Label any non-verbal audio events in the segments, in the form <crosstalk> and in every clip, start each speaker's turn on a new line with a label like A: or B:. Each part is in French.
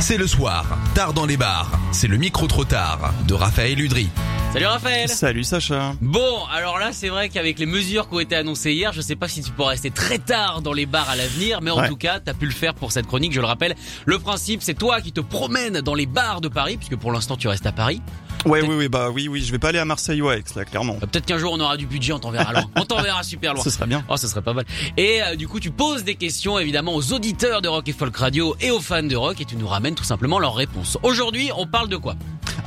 A: C'est le soir, tard dans les bars. C'est le micro trop tard de Raphaël Udry.
B: Salut Raphaël
C: Salut Sacha.
B: Bon, alors là, c'est vrai qu'avec les mesures qui ont été annoncées hier, je sais pas si tu pourras rester très tard dans les bars à l'avenir, mais en
C: Ouais.
B: tout cas, t'as pu le faire pour cette chronique, je le rappelle. Le principe, c'est toi qui te promènes dans les bars de Paris, puisque pour l'instant, tu restes à Paris.
C: Ouais, oui, oui, bah oui, oui, je vais pas aller à Marseille ou à Aix, là, clairement.
B: Euh, Peut-être qu'un jour, on aura du budget, on t'enverra loin. On t'enverra super loin.
C: <laughs> Ce serait bien.
B: Oh, ce serait pas mal. Et euh, du coup, tu poses des questions évidemment aux auditeurs de Rock et Folk Radio et aux fans de rock et tu nous ramènes tout simplement leurs réponses. Aujourd'hui, on parle de quoi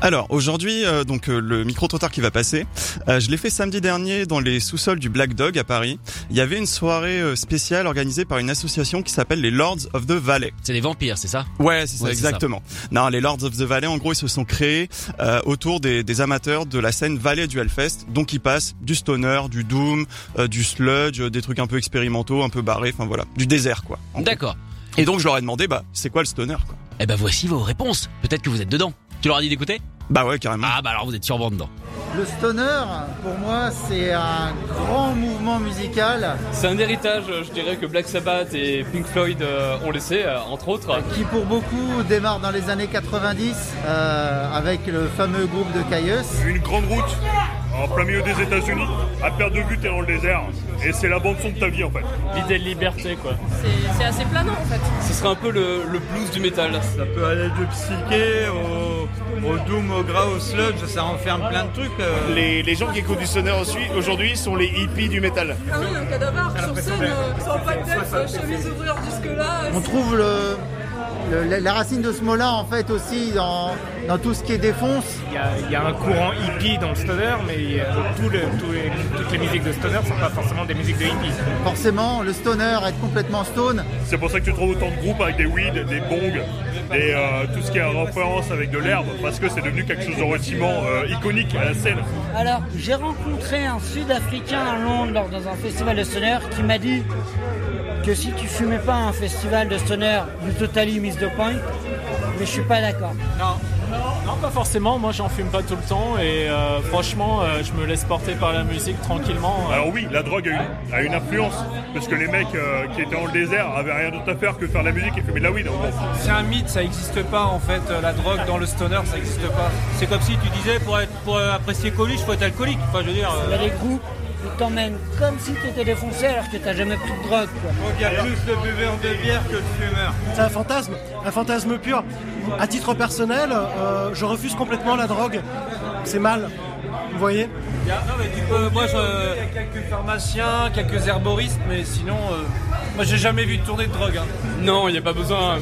C: Alors, aujourd'hui, euh, donc euh, le micro trottoir qui va passer, euh, je l'ai fait samedi dernier dans les sous-sols du Black Dog à Paris. Il y avait une soirée euh, spéciale organisée par une association qui s'appelle les Lords of the Valley.
B: C'est des vampires, c'est ça
C: Ouais, c'est ça,
B: Ouais, c'est
C: exactement. Non, les Lords of the Valley, en gros, ils se sont créés euh, autour des, des amateurs de la scène Valley du Hellfest. Donc, ils passent du stoner, du doom, euh, du sludge, euh, des trucs un peu expérimentaux, un peu barrés, enfin voilà, du désert quoi. en gros.
B: D'accord.
C: Et donc, je leur ai demandé, bah, c'est quoi le stoner quoi
B: Eh ben voici vos réponses. Peut-être que vous êtes dedans. Tu leur as dit d'écouter
C: Bah ouais, carrément.
B: Ah bah alors vous êtes sûrement dedans.
D: Le stoner, pour moi, c'est un grand mouvement musical
E: C'est un héritage, euh, je dirais, que Black Sabbath et Pink Floyd euh, ont laissé, euh, entre autres.
D: qui, pour beaucoup, démarre dans les années 90 euh, avec le fameux groupe de Caius.
F: Une grande route en plein milieu des États-Unis, à perte de vue, t'es dans le désert. Et c'est la bande-son de ta vie en fait.
E: L'idée de liberté, quoi.
G: C'est- C'est assez planant en fait.
E: Ce serait un peu le, le blues du métal.
H: Ça peut aller du psyché au, au doom, au gras, au sludge, ça renferme plein de trucs. euh.
F: Les, les gens qui écoutent du sonore aussi, aujourd'hui sont les hippies du métal.
G: Ah oui, un cadavre sur scène, euh, sans palette, chemise ouvrir jusque-là.
D: On trouve le, le- la- la racine de ce mot-là, en fait, aussi dans, dans tout ce qui est défonce.
I: Il y, a, il y a un courant hippie dans le stoner, mais euh, tout le- tout les- toutes les musiques de stoner ne sont pas forcément des musiques de hippie.
D: Forcément, le stoner, être complètement stone,
F: C'est pour ça que tu trouves autant de groupes avec des weeds, des bongs, des, euh, tout ce qui est en référence avec de l'herbe, parce que c'est devenu quelque chose de relativement euh, iconique à la scène.
G: Alors, j'ai rencontré un Sud-Africain à Londres lors d'un festival de stoner qui m'a dit que si tu fumais pas un festival de stoner, du totally miss de point, mais je suis pas d'accord.
I: Non. non, pas forcément. Moi, j'en fume pas tout le temps et euh, franchement, je me laisse porter par la musique tranquillement. euh.
F: Alors oui, la drogue a une, a une influence, parce que les mecs euh, qui étaient dans le désert avaient rien d'autre à faire que faire de la musique et fumer de la weed en gros.
I: C'est un mythe, ça n'existe pas en fait. euh, La drogue dans le stoner, ça n'existe pas. C'est comme si tu disais pour, être, pour euh, apprécier Coluche, faut être alcoolique. Enfin, je veux dire. euh,
G: Il y a des groupes qui t'emmènent comme si tu étais défoncé alors que t'as jamais pris de drogue. quoi.
H: Donc il y a plus de buveurs de bière que de fumeurs.
I: C'est un fantasme, un fantasme pur. À titre personnel, euh, je refuse complètement la drogue. C'est mal. Vous voyez Moi, je- il y a quelques pharmaciens, quelques herboristes, mais sinon, euh, moi, j'ai jamais vu de tournée de drogue. hein.
E: Non, il n'y a pas besoin.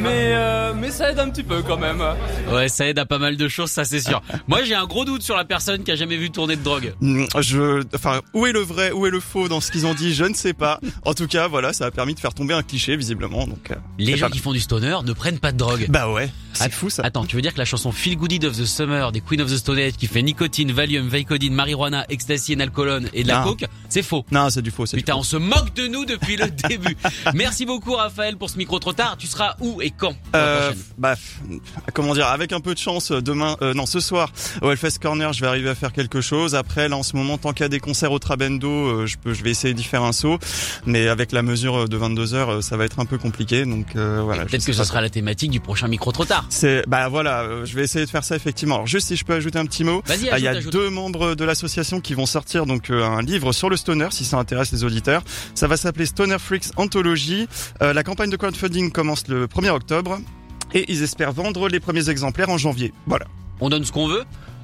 E: Mais, euh, mais ça aide un petit peu quand même.
B: Ouais, ça aide à pas mal de choses, ça c'est
C: <laughs>
B: sûr. Moi j'ai un gros doute sur la personne qui a jamais vu tourner de drogue.
C: Mm, Je, enfin, où est le vrai, où est le faux dans ce qu'ils ont dit, je ne sais pas. En tout cas, voilà, ça a permis de faire tomber un cliché visiblement. Donc, euh,
B: Les
C: c'est
B: gens
C: pas
B: qui font du stoner ne prennent pas de drogue.
C: mal. bah ouais,
B: Ah,
C: c'est fou ça.
B: Attends, tu veux dire que la chanson Feel Good It of the Summer des Queen of the Stone Age qui fait nicotine, Valium, Vicodine, marijuana, ecstasy, nalcolone et de la
C: Non.
B: coke, c'est faux.
C: Non, c'est du faux. C'est du
B: Putain,
C: faux.
B: on se moque de nous depuis
C: <laughs>
B: le début. Merci beaucoup Raphaël pour ce micro trop tard. Tu seras où et quand pour la
C: Euh,
B: prochaine
C: bah, f- comment dire, avec un peu de chance, euh, demain, euh, non, ce soir, au Hellfest Corner, je vais arriver à faire quelque chose. Après, là, en ce moment, tant qu'il y a des concerts au Trabendo, euh, je peux, je vais essayer d'y faire un saut. Mais avec la mesure de 22 heures, euh, ça va être un peu compliqué. Donc, euh, voilà. je
B: Peut-être
C: sais
B: que ce
C: pas
B: sera la thématique du prochain micro trop tard.
C: C'est bah voilà, euh, je vais essayer de faire ça effectivement. Alors juste si je peux ajouter un petit mot,
B: Vas-y,
C: euh, il y a
B: ajoute, ajoute.
C: deux membres de l'association qui vont sortir donc euh, un livre sur le stoner si ça intéresse les auditeurs. Ça va s'appeler Stoner Freaks Anthology. Euh, la campagne de crowdfunding commence le 1er octobre et ils espèrent vendre les premiers exemplaires en janvier. Voilà.
B: On donne ce qu'on veut.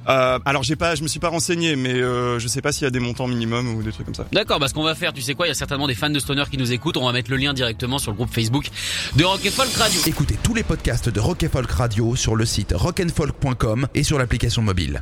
C: Euh, alors j'ai pas je me suis pas renseigné mais euh, je sais pas s'il y a des montants minimum ou des trucs comme ça.
B: D'accord, bah ce qu'on va faire, tu sais quoi, il y a certainement des fans de Stoner qui nous écoutent, on va mettre le lien directement sur le groupe Facebook de Rock and Folk Radio.
A: Écoutez tous les podcasts de Rock and Folk Radio sur le site rockandfolk.com et sur l'application mobile.